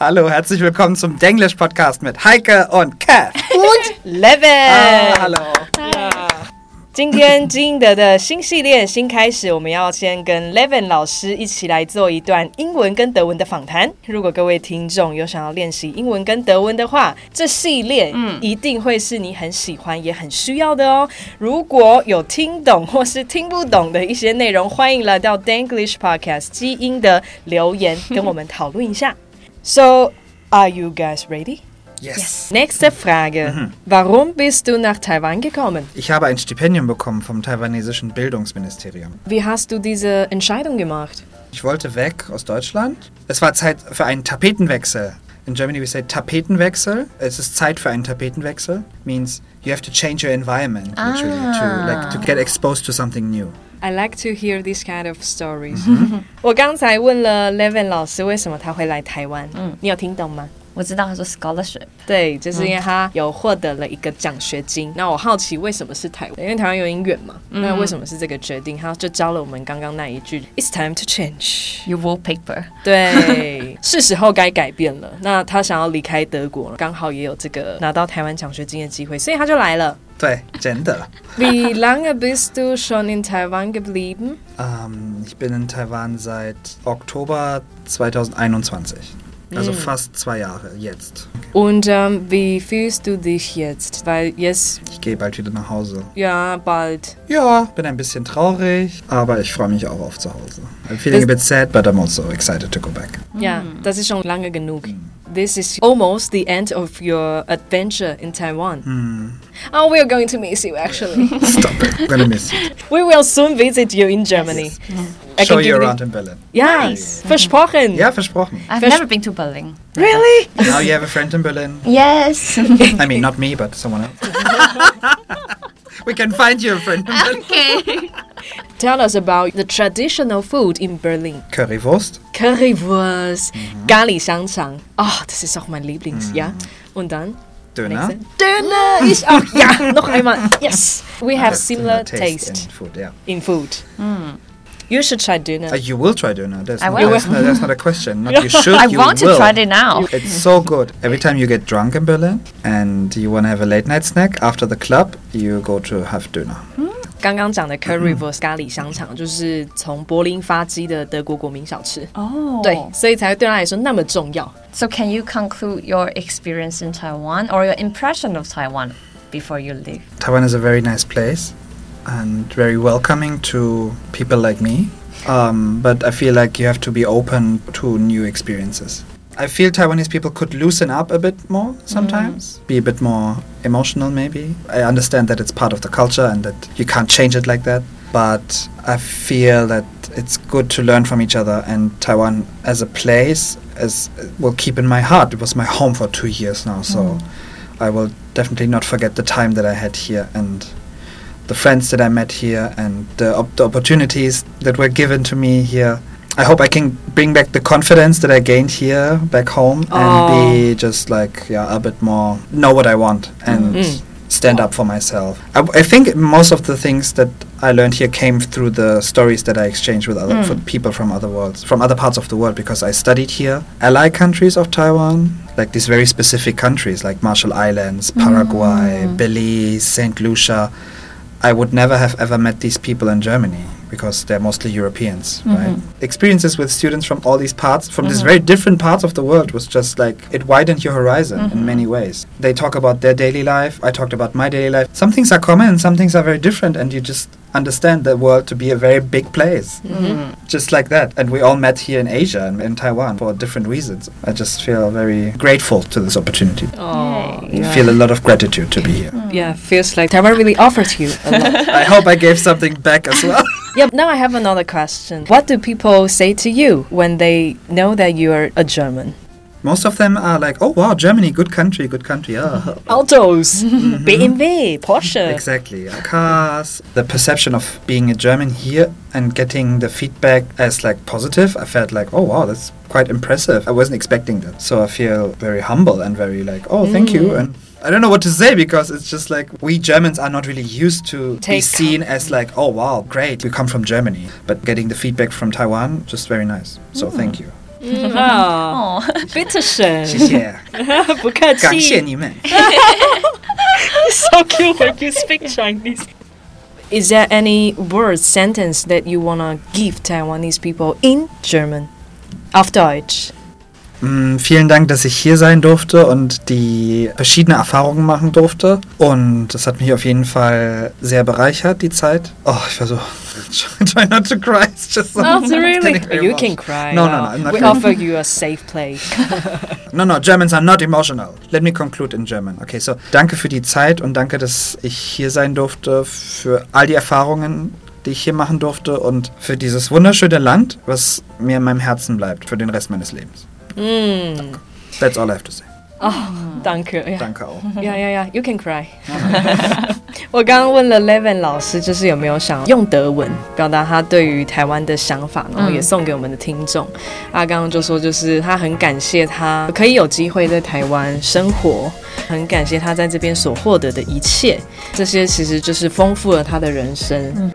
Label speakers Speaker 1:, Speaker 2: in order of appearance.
Speaker 1: Hallo, herzlich willkommen zum Denglish Podcast mit Heike und Kat.
Speaker 2: und Level。
Speaker 1: Ah, hallo.
Speaker 2: 今天金英德的新系列新开始，我们要先跟 Levin 老师一起来做一段英文跟德文的访谈。如果各位听众有想要练习英文跟德文的话，这系列一定会是你很喜欢也很需要的哦。如果有听懂或是听不懂的一些内容，欢迎来到 Danglish Podcast 基因的留言跟我们讨论一下。So, are you guys ready?
Speaker 1: Yes.
Speaker 2: Nächste Frage. Warum bist du nach Taiwan gekommen?
Speaker 1: Ich habe ein Stipendium bekommen vom taiwanesischen Bildungsministerium.
Speaker 2: Wie hast du diese Entscheidung gemacht?
Speaker 1: Ich wollte weg aus Deutschland. Es war Zeit für einen Tapetenwechsel. In Germany we say Tapetenwechsel. Es ist Zeit für einen Tapetenwechsel. Means you have to change your environment literally to like to get exposed to something new.
Speaker 2: I like to hear these kind of stories. 我刚才问了 Levin 老师为什么他会来台湾，你有听懂吗？
Speaker 3: 我知道他说 scholarship，
Speaker 2: 对，就是因为他有获得了一个奖学金。那我好奇为什么是台湾，因为台湾有点远嘛。那为什么是这个决定？他就教了我们刚刚那一句：“It's time to change。
Speaker 3: your wallpaper。
Speaker 2: 对，是时候该改变了。那他想要离开德国，刚好也有这个拿到台湾奖学金的机会，所以他就来了。
Speaker 1: 对, Gender.
Speaker 2: Wie lange bist du schon in Taiwan geblieben?
Speaker 1: Ähm, ich bin in Taiwan seit Oktober 2021. Also fast zwei Jahre jetzt.
Speaker 2: Und ähm, wie fühlst du dich jetzt? Weil jetzt
Speaker 1: Ich gehe bald wieder nach Hause.
Speaker 2: ja bald.
Speaker 1: Ja, bin ein bisschen traurig, aber ich freue mich auch auf zu Hause. I'm feeling a bit sad, but I'm also excited to go back.
Speaker 2: Ja, das ist schon lange genug.
Speaker 1: Mm.
Speaker 2: This is almost the end of your adventure in Taiwan.
Speaker 1: Mm.
Speaker 2: Oh, we are going to miss you actually.
Speaker 1: Stop it. I'm gonna miss you.
Speaker 2: we will soon visit you in Germany. I
Speaker 1: Mm. Show
Speaker 2: can
Speaker 1: you
Speaker 2: give
Speaker 1: around in Berlin.
Speaker 2: Ja,
Speaker 3: Nice.
Speaker 2: versprochen.
Speaker 1: Ja, versprochen.
Speaker 3: I've
Speaker 2: Vers-
Speaker 3: never been to Berlin.
Speaker 2: Really?
Speaker 1: Now you have a friend in Berlin.
Speaker 3: Yes.
Speaker 1: I mean, not me, but someone else. We can find you a friend in Berlin.
Speaker 3: okay.
Speaker 2: Tell us about the traditional food in Berlin.
Speaker 1: Currywurst,
Speaker 2: Currywurst,
Speaker 1: Mm-hmm.
Speaker 2: Gali-Xiangchang. Oh, das ist auch mein
Speaker 1: Mm.
Speaker 2: Lieblings, ja. Und dann?
Speaker 1: Döner.
Speaker 2: Nächste. Döner ist auch, ja, noch einmal. Yes. We have
Speaker 1: That's
Speaker 2: similar
Speaker 1: similar
Speaker 2: taste
Speaker 1: in food, yeah.
Speaker 2: in food. You should try Döner.
Speaker 1: Uh, you will try Döner. There's
Speaker 3: I
Speaker 1: no,
Speaker 3: will.
Speaker 1: There's no, that's not a question. Not you should.
Speaker 3: I
Speaker 1: you
Speaker 3: want
Speaker 1: will.
Speaker 3: to try it now.
Speaker 1: It's so good. Every time you get drunk in Berlin and you want to have a late night snack after the club, you go to have Döner.
Speaker 2: 刚刚讲的
Speaker 1: Mm-hmm.
Speaker 2: Currywurst 咖喱香肠，就是从柏林发迹的德国国民小吃。
Speaker 3: Oh.
Speaker 2: 对，所以才对他来说那么重要。
Speaker 3: So can you conclude your experience in Taiwan or your impression of Taiwan before you leave?
Speaker 1: Taiwan is a very nice place and very welcoming to people like me. Um, but I feel like you have to be open to new experiences. I feel Taiwanese people could loosen up a bit more sometimes, be a bit more emotional maybe. I understand that it's part of the culture and that you can't change it like that. But I feel that it's good to learn from each other, and Taiwan as a place as will keep in my heart. It was my home for two years now, so I will definitely not forget the time that I had here and the friends that I met here and the, op- the opportunities that were given to me here. I hope I can bring back the confidence that I gained here back home
Speaker 2: Oh.
Speaker 1: and be just like yeah a bit more know what I want and
Speaker 2: Mm.
Speaker 1: stand up for myself. I, I think most of the things that I learned here came through the stories that I exchanged with other with people from other worlds, from other parts of the world, because I studied here. Ally countries of Taiwan, like these very specific countries, like Marshall Islands, Paraguay, Belize, Saint Lucia. I would never have ever met these people in Germany because they're mostly Europeans, right? Experiences with students from all these parts, from these very different parts of the world, was just like it widened your horizon in many ways. They talk about their daily life, I talked about my daily life. Some things are common, and some things are very different, and you just understand the world to be a very big place,
Speaker 3: Mm-hmm.
Speaker 1: just like that. And we all met here in Asia and in Taiwan for different reasons. I just feel very grateful to this opportunity.
Speaker 2: Oh,
Speaker 1: I Feel a lot of gratitude to be here.
Speaker 3: Mm.
Speaker 2: yeah, feels like Taiwan really offers you a lot.
Speaker 1: I hope I gave something back as well.
Speaker 2: yeah, now I have another question. What do people say to you when they know that you are a German?
Speaker 1: Most of them are like, oh wow, Germany, good country, good country. Yeah.
Speaker 2: Autos, BMW, Porsche.
Speaker 1: Exactly. Cars. The perception of being a German here and getting the feedback as like positive, I felt like, oh wow, that's quite impressive. I wasn't expecting that. So I feel very humble and very like, oh, thank you. And I don't know what to say because it's just like we Germans are not really used to be
Speaker 2: Take-
Speaker 1: seen as like, oh wow, great, you come from Germany. But getting the feedback from Taiwan, just very nice. So thank you.
Speaker 2: Mm, 啊，
Speaker 3: 哦，
Speaker 2: bitte schön，
Speaker 1: 谢 谢，
Speaker 2: 不客
Speaker 1: 感谢
Speaker 2: 气。
Speaker 1: 你们。
Speaker 2: So cute when you speak Chinese. Is there any word sentence that you wanna give Taiwanese people in German, auf Deutsch?
Speaker 1: Mm, Vielen Dank, dass ich hier sein durfte und die verschiedene Erfahrungen machen durfte. Und es hat mich auf jeden Fall sehr bereichert, die Zeit. Oh, ich versuche. Try not to cry. It's just so
Speaker 2: Not really.
Speaker 1: getting very
Speaker 2: You can
Speaker 1: emotional.
Speaker 2: cry.
Speaker 1: No, no,
Speaker 2: now.
Speaker 1: no, I'm not
Speaker 2: We
Speaker 1: crying.
Speaker 2: offer you a safe place.
Speaker 1: No, no, Germans are not emotional. Let me conclude in German. Okay, so danke für die Zeit und danke, dass ich hier sein durfte, für all die Erfahrungen, die ich hier machen durfte und für dieses wunderschöne Land, was mir in meinem Herzen bleibt für den Rest meines Lebens.
Speaker 2: Mm.
Speaker 1: That's all I have to say.
Speaker 2: Danke. Yeah.
Speaker 1: Danke auch.
Speaker 2: 呀呀呀，You can cry 。我刚刚问了 Levin 老师，就是有没有想用德文表达他对于台湾的想法，然后也送给我们的听众。他刚刚就说，就是他很感谢他可以有机会在台湾生活，很感谢他在这边所获得的一切，这些其实就是丰富了他的人生。